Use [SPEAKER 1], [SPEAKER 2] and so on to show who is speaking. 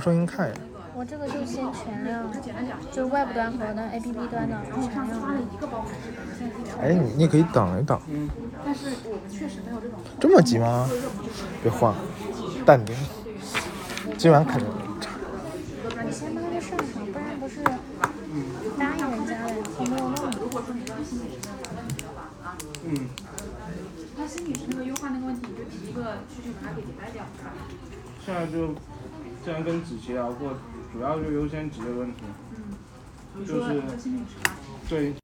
[SPEAKER 1] 声音看一下。
[SPEAKER 2] 我这个就先全量，就是外部端和我的 APP 端的全量。
[SPEAKER 1] 哎，你你可以等一等。这么急吗？别慌，淡定。今晚肯定
[SPEAKER 2] 你先帮他上上，不然不是答应人家了，然后没有弄。
[SPEAKER 3] 嗯，
[SPEAKER 4] 他心理是那个优化那个问题，你就提一个需求把它给解决掉。
[SPEAKER 3] 现在就之前跟子琪聊过，主要就优先级的问题，
[SPEAKER 4] 嗯，你
[SPEAKER 3] 就
[SPEAKER 4] 说
[SPEAKER 3] 是
[SPEAKER 4] 心理是吧？
[SPEAKER 3] 对